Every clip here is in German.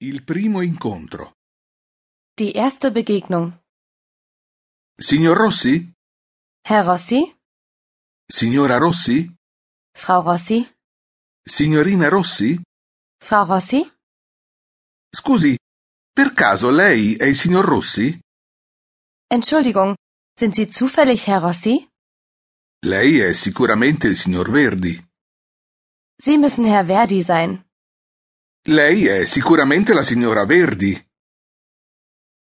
Il primo incontro. Die erste Begegnung. Signor Rossi? Herr Rossi? Signora Rossi? Frau Rossi? Signorina Rossi? Frau Rossi? Scusi, per caso lei è il signor Rossi? Entschuldigung, sind Sie zufällig Herr Rossi? Lei è sicuramente il signor Verdi. Sie müssen Herr Verdi sein. Lei è sicuramente la signora Verdi.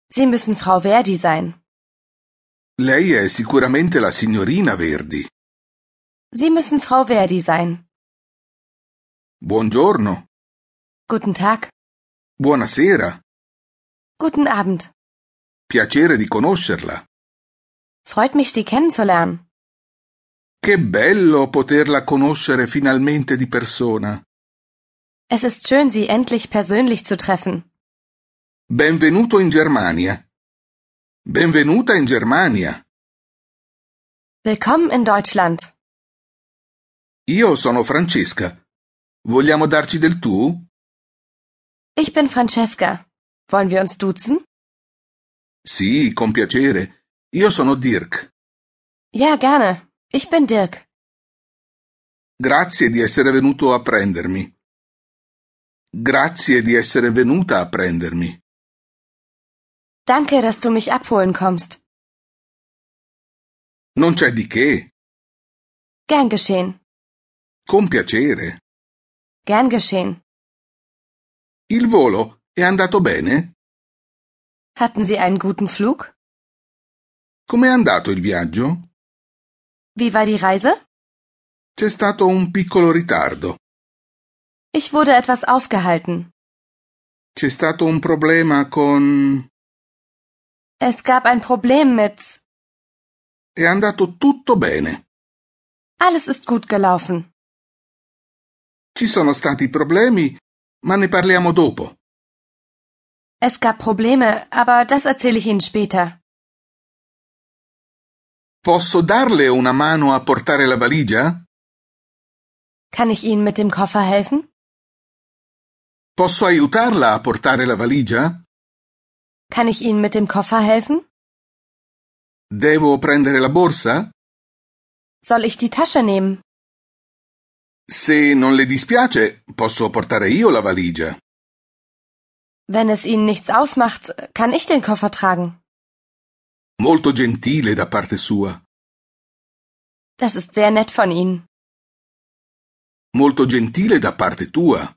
Sie müssen Frau Verdi sein. Lei è sicuramente la signorina Verdi. Sie müssen Frau Verdi sein. Buongiorno. Guten Tag. Buonasera. Guten Abend. Piacere di conoscerla. Freut mich, Sie kennenzulernen. Che bello poterla conoscere finalmente di persona. Es ist schön, Sie endlich persönlich zu treffen. Benvenuto in Germania. Benvenuta in Germania. Willkommen in Deutschland. Io sono Francesca. Vogliamo darci del tu? Ich bin Francesca. Wollen wir uns duzen? Sì, con piacere. Io sono Dirk. Ja, gerne. Ich bin Dirk. Grazie di essere venuto a prendermi. Grazie di essere venuta a prendermi. Danke, dass du mich abholen kommst. Non c'è di che. Gern geschehen. Con piacere. Gern geschehen. Il volo è andato bene? Hatten Sie einen guten Flug? Com'è andato il viaggio? Wie war die Reise? C'è stato un piccolo ritardo. Ich wurde etwas aufgehalten. C'è stato un problema con... Es gab ein Problem mit. È andato tutto bene. Alles ist gut gelaufen. Ci sono stati problemi, ma ne parliamo dopo. Es gab Probleme, aber das erzähle ich Ihnen später. Posso darle una mano a portare la valigia? Kann ich Ihnen mit dem Koffer helfen? Posso aiutarla a portare la valigia? Kann ich Ihnen mit dem Koffer helfen? Devo prendere la borsa? Soll ich die Tasche nehmen? Se non le dispiace, posso portare io la valigia. Wenn es Ihnen nichts ausmacht, kann ich den Koffer tragen. Molto gentile da parte sua. Das ist sehr nett von Ihnen. Molto gentile da parte tua.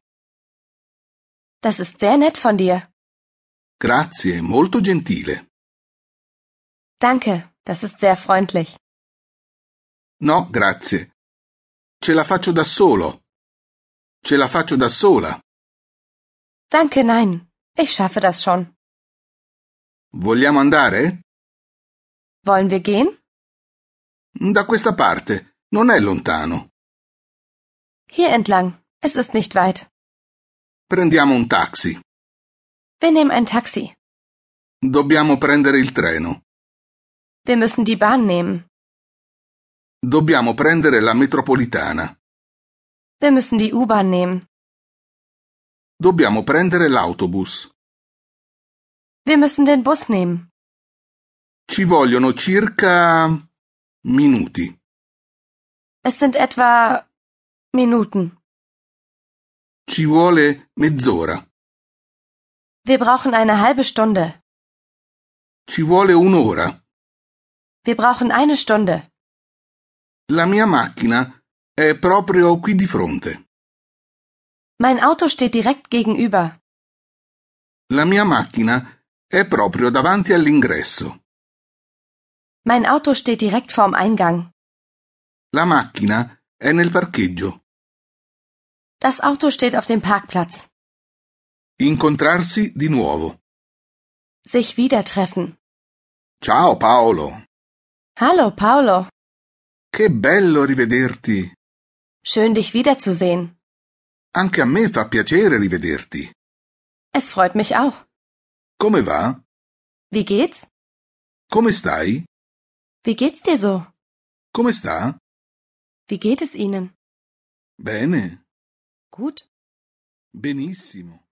Das ist sehr nett von dir. Grazie, molto gentile. Danke, das ist sehr freundlich. No, grazie. Ce la faccio da solo. Ce la faccio da sola. Danke, nein. Ich schaffe das schon. Vogliamo andare? Wollen wir gehen? Da questa parte. Non è lontano. Hier entlang. Es ist nicht weit. Prendiamo un taxi. Wir nehmen ein Taxi. Dobbiamo prendere il treno. Wir müssen die Bahn nehmen. Dobbiamo prendere la metropolitana. Wir müssen die U-Bahn nehmen. Dobbiamo prendere l'autobus. Wir müssen den Bus nehmen. Ci vogliono circa minuti. Es sind etwa Minuten. Ci vuole mezz'ora. Wir brauchen eine halbe Stunde. Ci vuole un'ora. Wir brauchen eine Stunde. La mia macchina è proprio qui di fronte. Mein Auto steht direkt gegenüber. La mia macchina è proprio davanti all'ingresso. Mein Auto steht direkt vorm Eingang. La macchina è nel parcheggio. Das Auto steht auf dem Parkplatz. Incontrarsi di nuovo. Sich wieder treffen. Ciao Paolo. Hallo, Paolo. Che bello rivederti. Schön, dich wiederzusehen. Anche a me fa piacere rivederti. Es freut mich auch. Come va? Wie geht's? Come stai? Wie geht's dir so? Come sta? Wie geht es Ihnen? Bene. Gut. Benissimo.